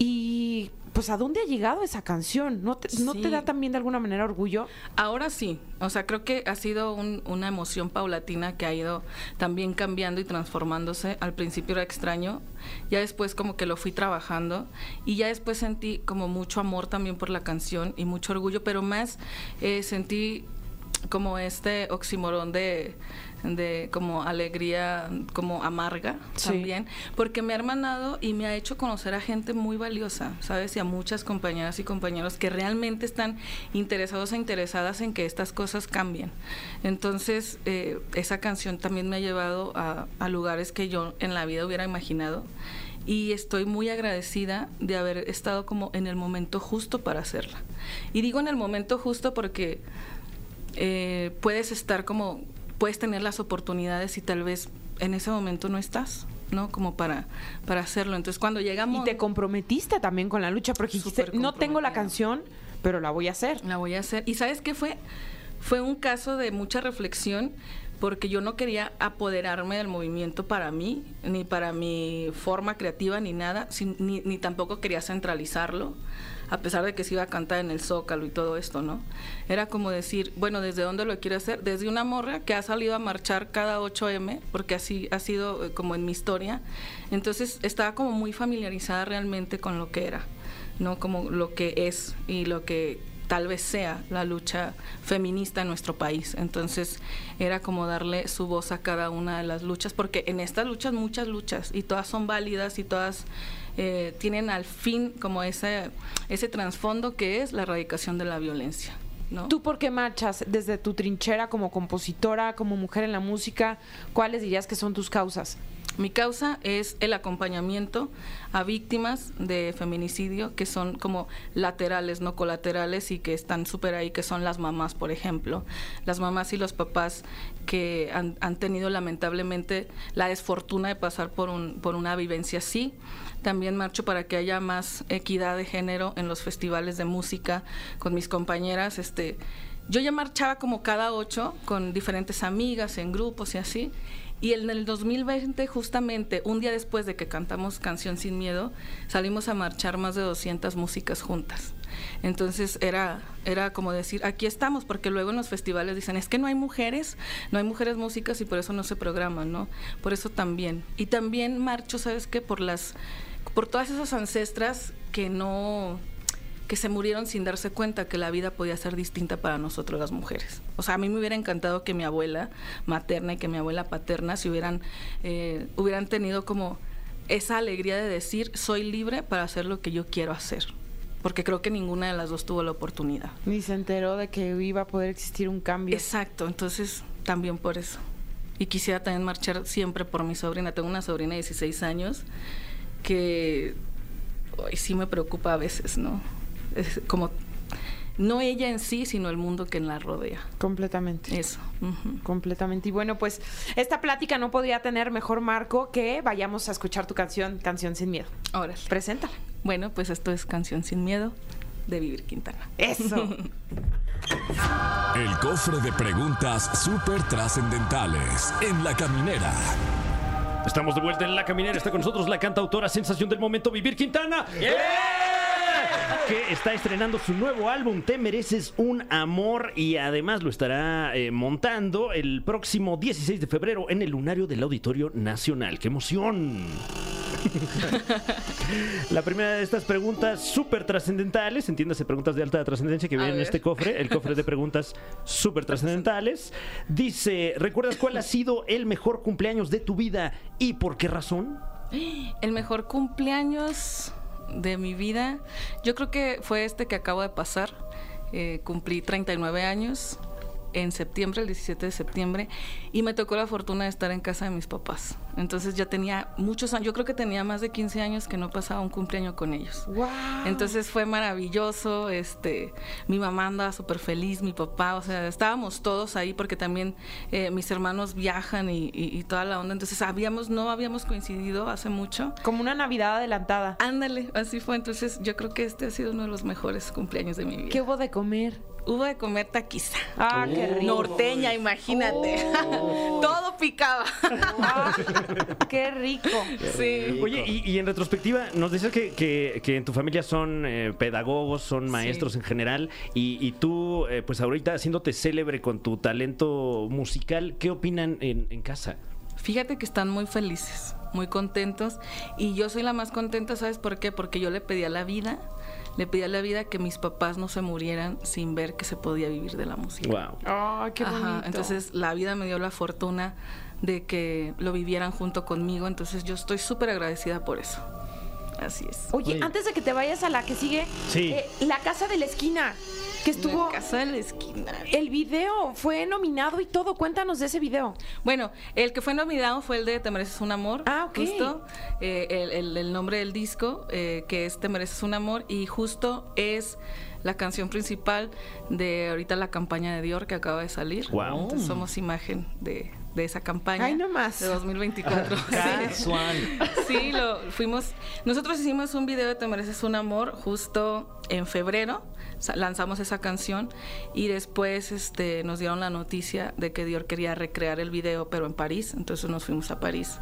Speaker 2: Y pues a dónde ha llegado esa canción. ¿No te, ¿no te
Speaker 7: Sí.
Speaker 2: da también de alguna manera orgullo?
Speaker 7: Ahora sí, o sea, creo que ha sido un- una emoción paulatina que ha ido también cambiando y transformándose. Al principio era extraño, ya después como que lo fui trabajando y ya después sentí como mucho amor también por la canción y mucho orgullo, pero más eh, sentí como este oximorón de, de como alegría, como amarga
Speaker 2: Sí.
Speaker 7: también, porque me ha hermanado y me ha hecho conocer a gente muy valiosa, ¿sabes? Y a muchas compañeras y compañeros que realmente están interesados e interesadas en que estas cosas cambien. Entonces, eh, esa canción también me ha llevado a, a lugares que yo en la vida hubiera imaginado. Y estoy muy agradecida de haber estado como en el momento justo para hacerla. Y digo en el momento justo porque eh, puedes estar como, puedes tener las oportunidades y tal vez en ese momento no estás, ¿no? Como para, para hacerlo. Entonces cuando llegamos...
Speaker 2: Y te comprometiste también con la lucha, porque dijiste,
Speaker 7: Súper
Speaker 2: no tengo la
Speaker 7: comprometida.
Speaker 2: canción, pero la voy a hacer.
Speaker 7: La voy a hacer. ¿Y sabes qué fue? Fue un caso de mucha reflexión porque yo no quería apoderarme del movimiento para mí, ni para mi forma creativa, ni nada, sin- ni, ni tampoco quería centralizarlo, a pesar de que se iba a cantar en el Zócalo y todo esto, ¿no? Era como decir, bueno, ¿desde dónde lo quiero hacer? Desde una morra que ha salido a marchar cada 8M, porque así ha sido eh, como en mi historia. Entonces estaba como muy familiarizada realmente con lo que era, ¿no? Como lo que es y lo que tal vez sea la lucha feminista en nuestro país. Entonces era como darle su voz a cada una de las luchas, porque en estas luchas muchas luchas y todas son válidas y todas eh, tienen al fin como ese, ese trasfondo que es la erradicación de la violencia. ¿no?
Speaker 2: ¿Tú por qué marchas desde tu trinchera como compositora, como mujer en la música? ¿Cuáles dirías que son tus causas?
Speaker 7: Mi causa es el acompañamiento a víctimas de feminicidio que son como laterales, no colaterales y que están súper ahí, que son las mamás, por ejemplo. Las mamás y los papás que han, han tenido lamentablemente la desfortuna de pasar por, un, por una vivencia así. También marcho para que haya más equidad de género en los festivales de música con mis compañeras. Este, yo ya marchaba como cada ocho con diferentes amigas, en grupos y así. Y en el 2020, justamente un día después de que cantamos Canción Sin Miedo, salimos a marchar más de 200 músicas juntas. Entonces era, era como decir, aquí estamos, porque luego en los festivales dicen, es que no hay mujeres, no hay mujeres músicas y por eso no se programan, ¿no? Por eso también. Y también marcho, ¿sabes qué? Por, las, por todas esas ancestras que no que se murieron sin darse cuenta que la vida podía ser distinta para nosotros las mujeres. O sea, a mí me hubiera encantado que mi abuela materna y que mi abuela paterna se hubieran, eh, hubieran tenido como esa alegría de decir, soy libre para hacer lo que yo quiero hacer. Porque creo que ninguna de las dos tuvo la oportunidad.
Speaker 2: Ni se enteró de que iba a poder existir un cambio.
Speaker 7: Exacto, entonces también por eso. Y quisiera también marchar siempre por mi sobrina. Tengo una sobrina de 16 años que ay, sí me preocupa a veces, ¿no? Es como, no ella en sí, sino el mundo que la rodea.
Speaker 2: Completamente.
Speaker 7: Eso. ujú.
Speaker 2: Completamente. Y bueno, pues esta plática no podría tener mejor marco que vayamos a escuchar tu canción, Canción Sin Miedo.
Speaker 7: Órale.
Speaker 2: Preséntala.
Speaker 7: Bueno, pues esto es Canción Sin Miedo de Vivir Quintana.
Speaker 2: Eso.
Speaker 1: El cofre de preguntas súper trascendentales en la caminera.
Speaker 4: Estamos de vuelta en La Caminera. Está con nosotros la cantautora sensación del momento, Vivir Quintana. Que está estrenando su nuevo álbum, Te Mereces un Amor. Y además lo estará eh, montando el próximo 16 de febrero en el lunario del Auditorio Nacional. ¡Qué emoción! La primera de estas preguntas súper trascendentales, entiéndase preguntas de alta trascendencia que vienen en
Speaker 7: ver.
Speaker 4: este cofre, el cofre de preguntas súper trascendentales, dice, ¿recuerdas cuál ha sido el mejor cumpleaños de tu vida y por qué razón?
Speaker 7: El mejor cumpleaños de mi vida, yo creo que fue este que acabo de pasar. Eh, cumplí 39 años en septiembre, el 17 de septiembre, y me tocó la fortuna de estar en casa de mis papás. Entonces ya tenía muchos años, yo creo que tenía más de 15 años que no pasaba un cumpleaños con ellos.
Speaker 2: wow.
Speaker 7: Entonces fue maravilloso, este, mi mamá andaba súper feliz, mi papá, o sea, estábamos todos ahí porque también eh, mis hermanos viajan y, y- y toda la onda, entonces habíamos, no habíamos coincidido hace mucho.
Speaker 2: Como una Navidad adelantada.
Speaker 7: Ah, Ándale, así fue, entonces yo creo que este ha sido uno de los mejores cumpleaños de mi vida.
Speaker 2: ¿Qué hubo de comer?
Speaker 7: hubo de comer taquiza.
Speaker 2: Ah, qué rico.
Speaker 7: Oh,
Speaker 2: Oh.
Speaker 7: Norteña, imagínate. Todo picaba.
Speaker 2: Ah, qué rico.
Speaker 7: sí.
Speaker 4: Oye, y, y en retrospectiva, nos dices que, que- que en tu familia son eh, pedagogos, son maestros en general, y, y tú, eh, pues ahorita haciéndote célebre con tu talento musical, ¿qué opinan en, en casa?
Speaker 7: Fíjate que están muy felices, muy contentos. Y yo soy la más contenta, ¿sabes por qué? Porque yo le pedí a la vida, le pedí a la vida que mis papás no se murieran sin ver que se podía vivir de la música.
Speaker 4: Wow.
Speaker 2: Ah, qué
Speaker 7: Ajá,
Speaker 2: bonito.
Speaker 7: Entonces la vida me dio la fortuna de que lo vivieran junto conmigo, entonces yo estoy súper agradecida por eso. Así es.
Speaker 2: Oye,
Speaker 3: Oye.
Speaker 2: antes de que te vayas a la que sigue,
Speaker 3: Sí.
Speaker 2: eh, la casa de la esquina, que estuvo.
Speaker 7: La casa de la esquina.
Speaker 2: El video fue nominado y todo. Cuéntanos de ese video.
Speaker 7: Bueno, el que fue nominado fue el de Te mereces un amor.
Speaker 2: Ah, ok.
Speaker 7: Justo eh, el, el- el nombre del disco, eh, que es Te mereces un amor, y justo es la canción principal de ahorita la campaña de Dior que acaba de salir.
Speaker 4: Guau.
Speaker 7: Entonces, somos imagen de, de esa campaña.
Speaker 2: Ay, no más.
Speaker 7: De 2024. Sí.
Speaker 3: Casual.
Speaker 7: Sí, lo fuimos. Nosotros hicimos un video de Te mereces un amor justo en febrero. sa- Lanzamos esa canción y después este, nos dieron la noticia de que Dior quería recrear el video, pero en París. Entonces nos fuimos a París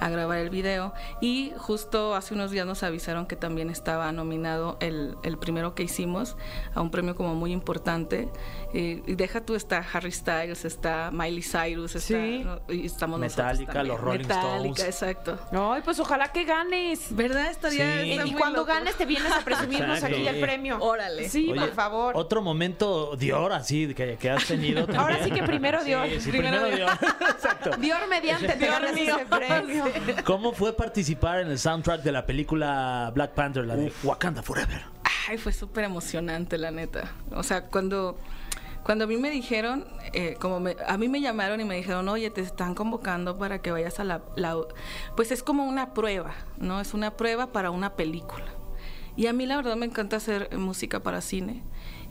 Speaker 7: a grabar el video. Y justo hace unos días nos avisaron que también estaba nominado el, el primero que hicimos a un premio como muy importante. Eh, y deja tú, está Harry Styles, está Miley Cyrus, está,
Speaker 2: Sí.
Speaker 7: ¿no? y estamos nosotros
Speaker 3: Metallica,
Speaker 7: también.
Speaker 3: los Rolling
Speaker 7: Metallica,
Speaker 3: Stones.
Speaker 7: exacto.
Speaker 2: Ay, pues ojalá que ganes.
Speaker 7: ¿Verdad? Estaría.
Speaker 3: Sí.
Speaker 7: está
Speaker 2: Y
Speaker 7: muy
Speaker 2: cuando este
Speaker 7: loco.
Speaker 2: ganes te vienes a presumirnos
Speaker 4: Exacto.
Speaker 2: aquí el premio.
Speaker 7: Órale.
Speaker 2: Sí,
Speaker 3: Oye,
Speaker 2: por favor.
Speaker 3: Otro momento Dior así que, que has tenido. también.
Speaker 2: Ahora sí que primero Dior.
Speaker 3: Sí, sí,
Speaker 2: Primero
Speaker 3: primero, Dior. Exacto.
Speaker 2: Dior mediante te ganas ese premio.
Speaker 3: ¿Cómo fue participar en el soundtrack de la película Black Panther, la de Wakanda Forever?
Speaker 7: Ay, fue súper emocionante, la neta. O sea, cuando. Cuando a mí me dijeron, eh, como me- a mí me llamaron y me dijeron, oye, te están convocando para que vayas a la, la- Pues es como una prueba, ¿no? Es una prueba para una película. Y a mí la verdad me encanta hacer eh, música para cine.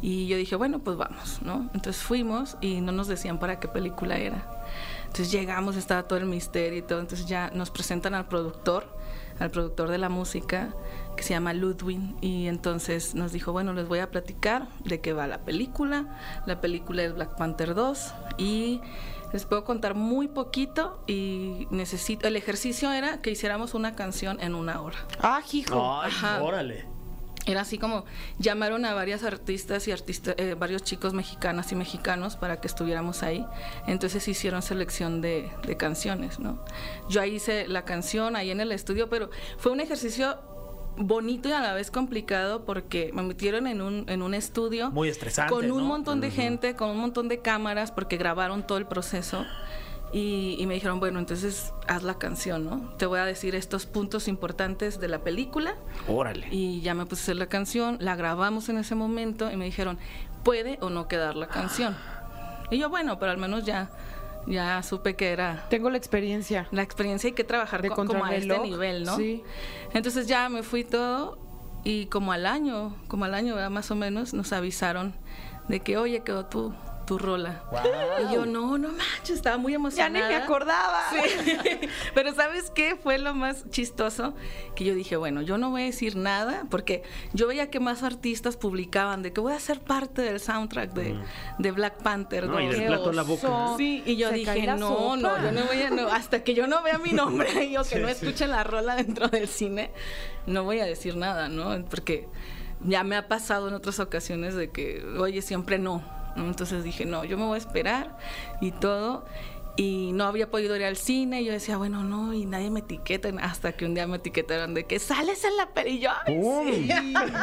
Speaker 7: Y yo dije, bueno, pues vamos, ¿no? Entonces fuimos y no nos decían para qué película era. Entonces llegamos, estaba todo el misterio y todo. Entonces ya nos presentan al productor, al productor de la música, que se llama Ludwig. Y entonces nos dijo, bueno, les voy a platicar de qué va la película. La película es Black Panther 2 y les puedo contar muy poquito y necesito... El ejercicio era que hiciéramos una canción en una hora.
Speaker 2: Ah, hijo.
Speaker 3: Ay,
Speaker 7: Ajá.
Speaker 3: órale.
Speaker 7: Era así como llamaron a varias artistas y artistas, varios chicos mexicanas y mexicanos para que estuviéramos ahí. Entonces hicieron selección de, de canciones, ¿no? Yo ahí hice la canción, ahí en el estudio, pero fue un ejercicio bonito y a la vez complicado porque me metieron en un, en un estudio.
Speaker 3: Muy estresante,
Speaker 7: Con un
Speaker 3: ¿no?
Speaker 7: montón de gente, con un montón de cámaras, porque grabaron todo el proceso. Y, y me dijeron, bueno, entonces haz la canción, ¿no? Te voy a decir estos puntos importantes de la película.
Speaker 4: Órale.
Speaker 7: Y ya me puse a hacer la canción, la grabamos en ese momento y me dijeron, ¿puede o no quedar la canción? Y yo, bueno, pero al menos ya, ya supe que era
Speaker 2: Tengo la experiencia.
Speaker 7: la experiencia y que trabajar
Speaker 2: De
Speaker 7: co- como a este
Speaker 2: contrarreloj,
Speaker 7: nivel, ¿no?
Speaker 2: sí.
Speaker 7: Entonces ya me fui todo y como al año, como al año ¿verdad? más o menos, nos avisaron de que, oye, quedó tu, tu rola. Y yo, no, no manches, estaba muy
Speaker 2: Ya
Speaker 7: emocionada.
Speaker 2: ni me acordaba.
Speaker 7: Sí. Pero ¿sabes qué fue lo más chistoso? Que yo dije, bueno, yo no voy a decir nada porque yo veía que más artistas publicaban de que voy a ser parte del soundtrack de, de Black Panther.
Speaker 4: No, y
Speaker 7: 2.
Speaker 4: del
Speaker 2: Qué
Speaker 4: plato a la boca, ¿no?
Speaker 2: oso.
Speaker 7: Sí, y yo
Speaker 2: Se cae
Speaker 7: dije,
Speaker 2: la
Speaker 7: no,
Speaker 2: sopa".
Speaker 7: no, yo no voy a, no, hasta que yo no vea mi nombre y o que no escuche la rola dentro del cine, no voy a decir nada, ¿no? Porque ya me ha pasado en otras ocasiones de que, oye, siempre no. ¿no? Entonces dije, no, yo me voy a esperar y todo. Y no había podido ir al cine. Y yo decía, bueno, no, y nadie me etiqueta. Hasta que un día me etiquetaron de que sales en la peli. Y yo, "Ay,
Speaker 4: ¡Pum!
Speaker 7: sí.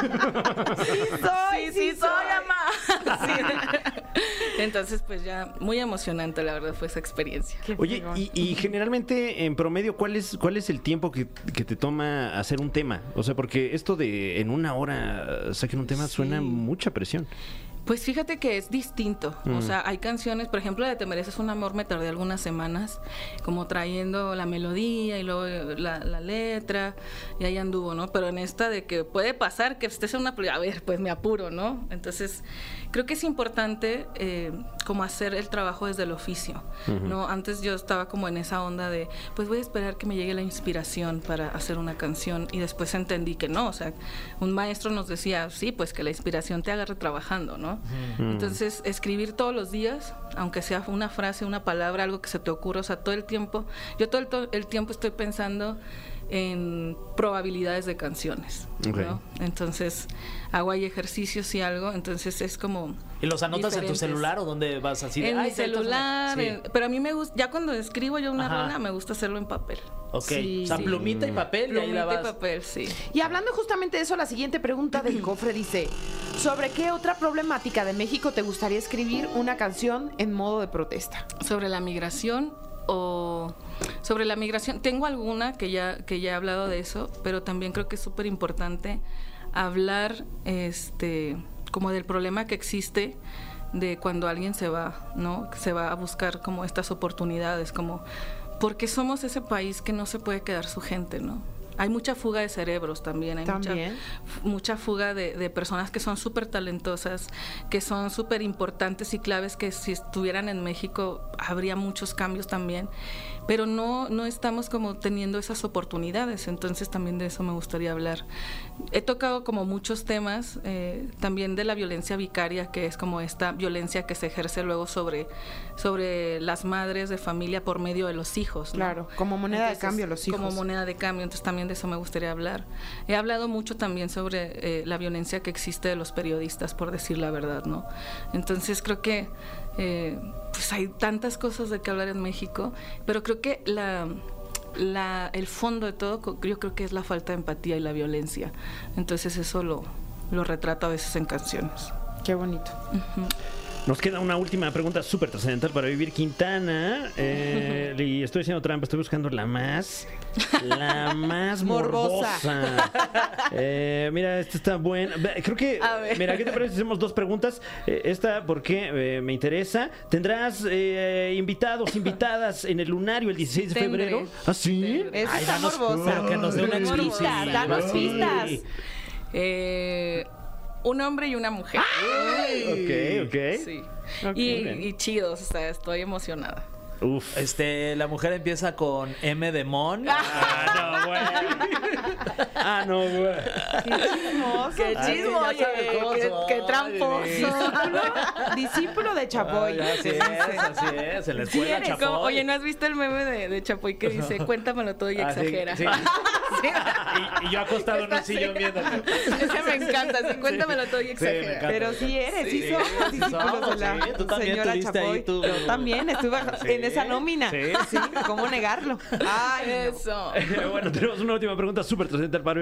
Speaker 2: soy,
Speaker 7: Sí, sí, soy, ama. Sí. Entonces, pues ya, muy emocionante, la verdad, fue esa experiencia.
Speaker 2: Qué
Speaker 4: Oye,
Speaker 2: fregón.
Speaker 4: y, y generalmente, en promedio, ¿cuál es, cuál es el tiempo que, que te toma hacer un tema? O sea, porque esto de en una hora saquen un tema suena mucha presión.
Speaker 7: Pues fíjate que es distinto. O sea, hay canciones, por ejemplo, de Te mereces un amor, me tardé algunas semanas, como trayendo la melodía y luego eh, la, la letra, y ahí anduvo, ¿no? Pero en esta de que puede pasar que estés en una... peli- A ver, pues me apuro, ¿no? Entonces, creo que es importante eh, como hacer el trabajo desde el oficio, ¿no? Antes yo estaba como en esa onda de, pues voy a esperar que me llegue la inspiración para hacer una canción, y después entendí que no, o sea, un maestro nos decía, sí, pues que la inspiración te agarre trabajando, ¿no? ¿no? Entonces, escribir todos los días, aunque sea una frase, una palabra, algo que se te ocurra, o sea, todo el tiempo, yo todo el, to- el tiempo estoy pensando en probabilidades de canciones,
Speaker 4: Ok.
Speaker 7: ¿no? Entonces, hago ahí ejercicios y algo, entonces es como...
Speaker 3: ¿Y los anotas en tu
Speaker 7: diferentes.
Speaker 3: celular o dónde vas así? de,
Speaker 7: En
Speaker 3: "Ay,
Speaker 7: mi
Speaker 3: cierto, es una-".
Speaker 7: celular,
Speaker 3: Sí.
Speaker 7: en- pero a mí me gusta, ya cuando escribo yo una
Speaker 3: Ajá.
Speaker 7: rola, me gusta hacerlo en papel.
Speaker 3: Ok,
Speaker 7: Sí,
Speaker 3: o sea,
Speaker 7: sí.
Speaker 3: plumita y papel y ahí la
Speaker 7: Plumita y
Speaker 3: vas.
Speaker 7: papel, sí.
Speaker 2: Y hablando justamente de eso, la siguiente pregunta del cofre dice, ¿sobre qué otra problemática de México te gustaría escribir una canción en modo de protesta?
Speaker 7: sobre la migración o sobre la migración. Tengo alguna que ya, que ya he hablado de eso, pero también creo que es súper importante hablar este como del problema que existe de cuando alguien se va, ¿no? Que Se va a buscar como estas oportunidades, como porque somos ese país que no se puede quedar su gente, ¿no? Hay mucha fuga de cerebros también, hay mucha-
Speaker 2: También.
Speaker 7: mucha fuga de, de personas que son súper talentosas, que son súper importantes y claves, que si estuvieran en México habría muchos cambios también, pero no, no estamos como teniendo esas oportunidades, entonces también de eso me gustaría hablar. He tocado como muchos temas, eh, también de la violencia vicaria, que es como esta violencia que se ejerce luego sobre, sobre las madres de familia por medio de los hijos. ¿no?
Speaker 2: Claro, como moneda de cambio los
Speaker 7: Como
Speaker 2: hijos.
Speaker 7: moneda de cambio, entonces también de eso me gustaría hablar. He hablado mucho también sobre eh, la violencia que existe de los periodistas, por decir la verdad, ¿no? Entonces creo que eh, pues hay tantas cosas de que hablar en México, pero creo que la, la- el fondo de todo co- yo creo que es la falta de empatía y la violencia. Entonces eso lo, lo retrata a veces en canciones.
Speaker 2: Qué bonito.
Speaker 4: Nos queda una última pregunta súper trascendental para vivir Quintana. Eh, y estoy haciendo trampa, estoy buscando la más. La más morbosa. Eh, mira, esta está buena. Ve, Creo que.
Speaker 7: A ver.
Speaker 4: Mira, ¿qué te parece si hacemos dos preguntas? Eh, esta, porque eh, me interesa. ¿Tendrás eh, invitados, invitadas en el lunario el 16 de
Speaker 7: Tendré.
Speaker 4: febrero? ¿Ah, sí?
Speaker 2: Eso
Speaker 4: Ay,
Speaker 2: está
Speaker 4: danos-
Speaker 2: morbosa.
Speaker 4: pero que nos dé una
Speaker 2: Danos
Speaker 4: exclusiva.
Speaker 2: pistas, danos
Speaker 4: Ay.
Speaker 2: pistas.
Speaker 7: Eh, un hombre y una mujer.
Speaker 4: Ok, ok.
Speaker 7: Sí.
Speaker 2: Ok.
Speaker 7: Y-
Speaker 4: Muy bien.
Speaker 7: y chidos, o sea, estoy emocionada.
Speaker 4: Uf.
Speaker 3: Este, la mujer empieza con M de Mon.
Speaker 4: Ah, no, güey. Ah, no, güey.
Speaker 2: Qué
Speaker 3: Ay,
Speaker 2: chismo,
Speaker 3: ya
Speaker 2: oye,
Speaker 3: sabe cosas.
Speaker 2: qué, qué
Speaker 3: Ay,
Speaker 2: tramposo. Discípulo de Chapoy.
Speaker 4: Ah,
Speaker 3: así es, así es. En la
Speaker 7: Sí,
Speaker 3: escuela,
Speaker 7: eres
Speaker 3: Chapoy.
Speaker 7: como- oye, ¿no has visto el meme de, de Chapoy que dice, cuéntamelo todo y
Speaker 4: Ah,
Speaker 3: Así-
Speaker 7: exagera?
Speaker 3: Ah, sí. y, y yo acostado en un sillón viéndote.
Speaker 7: Ese me encanta, así, cuéntamelo todo y exagera.
Speaker 3: encanta.
Speaker 2: Pero sí eres, sí,
Speaker 3: Sí,
Speaker 2: somos
Speaker 3: sí
Speaker 2: discípulos de
Speaker 3: somos,
Speaker 2: la
Speaker 3: sí. Tú también
Speaker 2: señora
Speaker 3: tuviste ahí
Speaker 2: Chapoy.
Speaker 3: tu-
Speaker 2: Yo también estuve en esa nómina.
Speaker 3: sí.
Speaker 2: Sí, ¿cómo negarlo? Ay, no.
Speaker 7: Eso.
Speaker 4: Eh, Bueno, tenemos una última pregunta súper trascendental para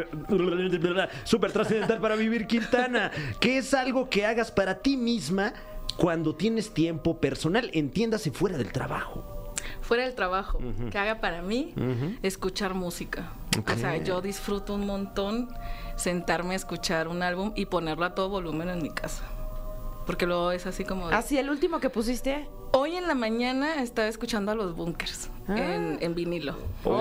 Speaker 4: súper trascendental para vivir Quintana. ¿Qué es algo que hagas para ti misma cuando tienes tiempo personal? Entiéndase fuera del trabajo.
Speaker 7: Fuera del trabajo, que haga para mí escuchar música. O sea, yo disfruto un montón sentarme a escuchar un álbum y ponerlo a todo volumen en mi casa. Porque luego es así como... de-
Speaker 2: Así, el último que pusiste.
Speaker 7: Hoy en la mañana estaba escuchando a los bunkers
Speaker 2: Ah.
Speaker 7: en, en vinilo.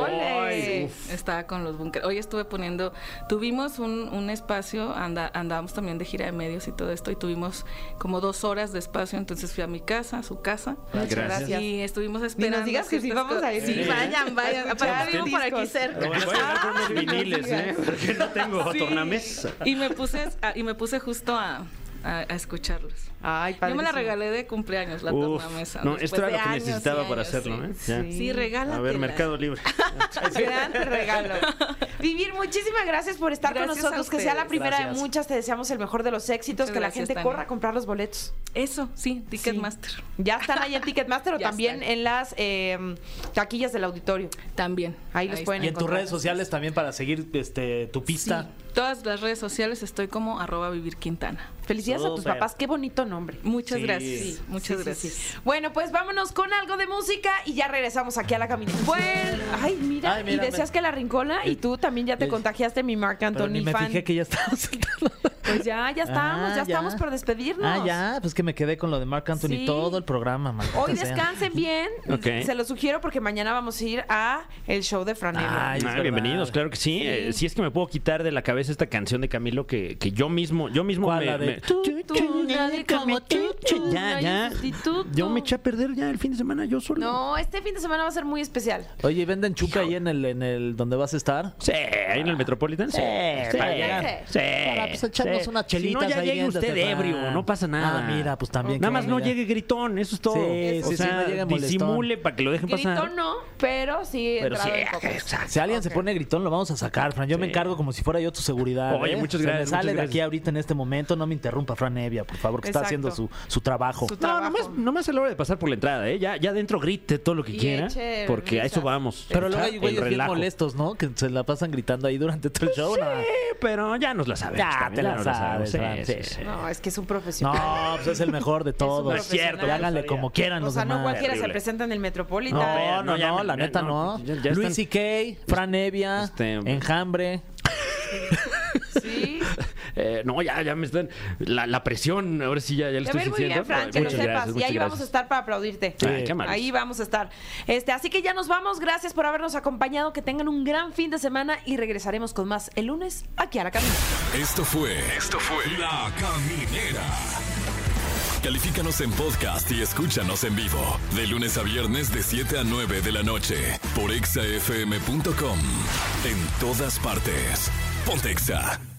Speaker 2: ¡Ole!
Speaker 7: Estaba con los bunkers. Hoy estuve poniendo, tuvimos un, un espacio, anda- andábamos también de gira de medios y todo esto, y tuvimos como dos horas de espacio, entonces fui a mi casa, a su casa.
Speaker 2: Muchas
Speaker 4: Ah, Gracias.
Speaker 2: gracias.
Speaker 7: Y estuvimos
Speaker 2: Ni
Speaker 7: esperando.
Speaker 2: nos digas que sí
Speaker 7: ciertas
Speaker 2: vamos a ir.
Speaker 7: cosas. Sí, vayan, vayan. Aparte vivo por aquí cerca.
Speaker 4: Bueno, voy a llegar con unos viniles, ¿eh? Porque no tengo
Speaker 7: Sí.
Speaker 4: tornamesa.
Speaker 7: Y me puse, a- y me puse justo a, a- a escucharlos.
Speaker 2: Ay,
Speaker 7: Yo me la
Speaker 2: padrísimo.
Speaker 7: regalé de cumpleaños, la
Speaker 4: Uf,
Speaker 7: tornamesa.
Speaker 4: no,
Speaker 7: después
Speaker 4: esto era
Speaker 7: de
Speaker 4: lo que
Speaker 7: años y
Speaker 4: necesitaba para
Speaker 7: años,
Speaker 4: hacerlo,
Speaker 7: sí.
Speaker 4: ¿eh? Ya.
Speaker 7: Sí, regálate.
Speaker 4: A ver, Mercado Libre.
Speaker 2: Gran regalo. Vivir, muchísimas gracias por estar con
Speaker 7: Gracias a
Speaker 2: nosotros. Que sea la
Speaker 7: ustedes.
Speaker 2: primera de
Speaker 3: Gracias.
Speaker 2: muchas. Te deseamos el mejor de los éxitos.
Speaker 7: Muchas
Speaker 2: que la
Speaker 7: gracias,
Speaker 2: gente
Speaker 7: Tania.
Speaker 2: corra a comprar los boletos.
Speaker 7: Eso, sí, Ticketmaster.
Speaker 2: Ya están ahí en Ticketmaster o
Speaker 7: Ya
Speaker 2: también
Speaker 7: están.
Speaker 2: en las eh, taquillas del auditorio.
Speaker 7: También.
Speaker 2: Ahí los pueden
Speaker 3: Y en tus
Speaker 2: encontrar.
Speaker 3: redes sociales también para seguir este, tu pista.
Speaker 7: Todas las redes sociales estoy como arroba vivir quintana.
Speaker 2: Felicidades a tus
Speaker 3: Súper.
Speaker 2: papás. Qué bonito nombre.
Speaker 7: Muchas
Speaker 3: Sí.
Speaker 7: gracias.
Speaker 3: Sí,
Speaker 7: Muchas
Speaker 2: Sí, sí,
Speaker 7: gracias.
Speaker 2: sí. Bueno, pues vámonos con algo de música y ya regresamos aquí a la camina. Bueno, ay, mira,
Speaker 3: Ay, mira,
Speaker 2: y decías
Speaker 3: me-
Speaker 2: que la rincola y tú también ya te
Speaker 3: Eh,
Speaker 2: contagiaste mi Marc
Speaker 3: Pero
Speaker 2: Anthony
Speaker 3: ni me
Speaker 2: fan.
Speaker 3: fijé que ya estaba sentado.
Speaker 2: Pues ya, ya estábamos,
Speaker 3: Ah,
Speaker 2: ya, estamos por despedirnos.
Speaker 3: Ah, ya, pues que me quedé con lo de Mark Anthony
Speaker 2: Sí.
Speaker 3: todo el programa, maldita
Speaker 2: Hoy
Speaker 3: sea.
Speaker 2: descansen bien.
Speaker 4: Ok.
Speaker 2: Se lo sugiero porque mañana vamos a ir a el show de Fran Evia.
Speaker 3: Ay, es
Speaker 4: Ah,
Speaker 3: verdad.
Speaker 4: bienvenidos, claro que sí. Eh, si es que me puedo quitar de la cabeza esta canción de Camilo que, que yo mismo, yo mismo
Speaker 3: ¿Cuál?
Speaker 4: me-
Speaker 3: La de
Speaker 4: me-
Speaker 3: tú,
Speaker 2: tú, nadie como tú, tú, no
Speaker 4: ya,
Speaker 2: hay
Speaker 4: ya.
Speaker 2: sustituto.
Speaker 4: Yo me eché a perder ya el fin de semana yo solo.
Speaker 2: No, este fin de semana va a ser muy especial.
Speaker 3: Oye, ¿y ¿venden chuca ahí en el, en el donde vas a estar?
Speaker 4: Sí, ahí en el Metropolitan. Sí,
Speaker 3: para llegar.
Speaker 4: Sí.
Speaker 3: Para pues, echarnos echamos unas chelitas
Speaker 4: Si no, ya
Speaker 3: ahí
Speaker 4: llegue
Speaker 3: viendo,
Speaker 4: usted
Speaker 3: Estefan.
Speaker 4: ebrio, no pasa nada.
Speaker 3: Ah, mira, pues también
Speaker 4: Nada
Speaker 3: que
Speaker 4: más no
Speaker 3: mira.
Speaker 4: llegue gritón, eso es todo.
Speaker 3: Sí,
Speaker 4: o
Speaker 3: sí, sí,
Speaker 4: sea,
Speaker 3: no llegue molestón.
Speaker 4: disimule para que lo dejen pasar.
Speaker 2: Gritón no, pero sí
Speaker 4: Pero
Speaker 2: entrado
Speaker 4: sí,
Speaker 2: en focos.
Speaker 4: exacto.
Speaker 3: Si alguien se
Speaker 2: Ok.
Speaker 3: pone gritón, lo vamos a sacar, Fran. Yo me
Speaker 4: Sí.
Speaker 3: encargo como si fuera yo tu seguridad.
Speaker 4: Oye,
Speaker 3: ¿eh?
Speaker 4: muchas
Speaker 3: Se me
Speaker 4: gracias,
Speaker 3: sale
Speaker 4: muchas
Speaker 3: de aquí
Speaker 4: gracias.
Speaker 3: ahorita en este momento. No me interrumpa, Fran Evia, por favor, que está
Speaker 2: Exacto.
Speaker 3: haciendo su, su trabajo.
Speaker 2: Su-
Speaker 4: No,
Speaker 2: trabajo.
Speaker 4: nomás, nomás a la hora de pasar por la entrada, ¿eh? Ya, ya dentro grite todo lo que
Speaker 2: Y
Speaker 4: quiera.
Speaker 2: eche
Speaker 4: Porque a eso
Speaker 2: risas.
Speaker 4: vamos.
Speaker 3: Pero luego hay
Speaker 4: El
Speaker 3: güeyes bien
Speaker 4: relajo.
Speaker 3: molestos, ¿no? Que se la pasan gritando ahí durante todo el show.
Speaker 4: Sí,
Speaker 3: nada.
Speaker 4: pero ya nos la sabemos.
Speaker 3: Ya,
Speaker 4: también,
Speaker 3: te la
Speaker 4: nos
Speaker 3: sabes, Fran,
Speaker 4: sabemos. Sí,
Speaker 3: sí.
Speaker 4: sí, sí.
Speaker 2: No, es que es un
Speaker 3: No,
Speaker 2: profesional.
Speaker 3: pues es el mejor de todos.
Speaker 2: No es cierto,
Speaker 3: Y
Speaker 2: no
Speaker 3: háganle
Speaker 4: sabía.
Speaker 3: como quieran
Speaker 2: o
Speaker 3: los
Speaker 2: sea, no
Speaker 3: demás.
Speaker 2: cualquiera se
Speaker 4: Terrible.
Speaker 2: presenta en el Metropolitan.
Speaker 3: No, no,
Speaker 4: No, no, ya
Speaker 3: no,
Speaker 4: me-
Speaker 3: la
Speaker 4: ya
Speaker 3: neta no.
Speaker 4: no, ya- ya
Speaker 3: Luis
Speaker 4: están-
Speaker 3: C.K., Fran Evia,
Speaker 4: Este-
Speaker 3: Enjambre.
Speaker 2: Sí.
Speaker 4: Eh, no, ya, ya me están. La, la presión, ahora sí, ya, ya
Speaker 2: Te
Speaker 4: le estoy
Speaker 2: ver muy
Speaker 4: sintiendo.
Speaker 2: bien, Fran, que lo
Speaker 4: Muchas
Speaker 2: sepas.
Speaker 4: gracias,
Speaker 2: y
Speaker 4: muchas
Speaker 2: ahí vamos a
Speaker 4: gracias.
Speaker 2: estar para aplaudirte.
Speaker 4: Sí. Ay, qué amables.
Speaker 2: ahí vamos a estar. Este, así que ya nos vamos. Gracias por habernos acompañado. Que tengan un gran fin de semana y regresaremos con más el lunes aquí a la camina.
Speaker 1: Esto fue. Esto fue. La Caminera. Califícanos en podcast y escúchanos en vivo. De lunes a viernes, de 7 a 9 de la noche. Por exafm.com. En todas partes. Pontexa.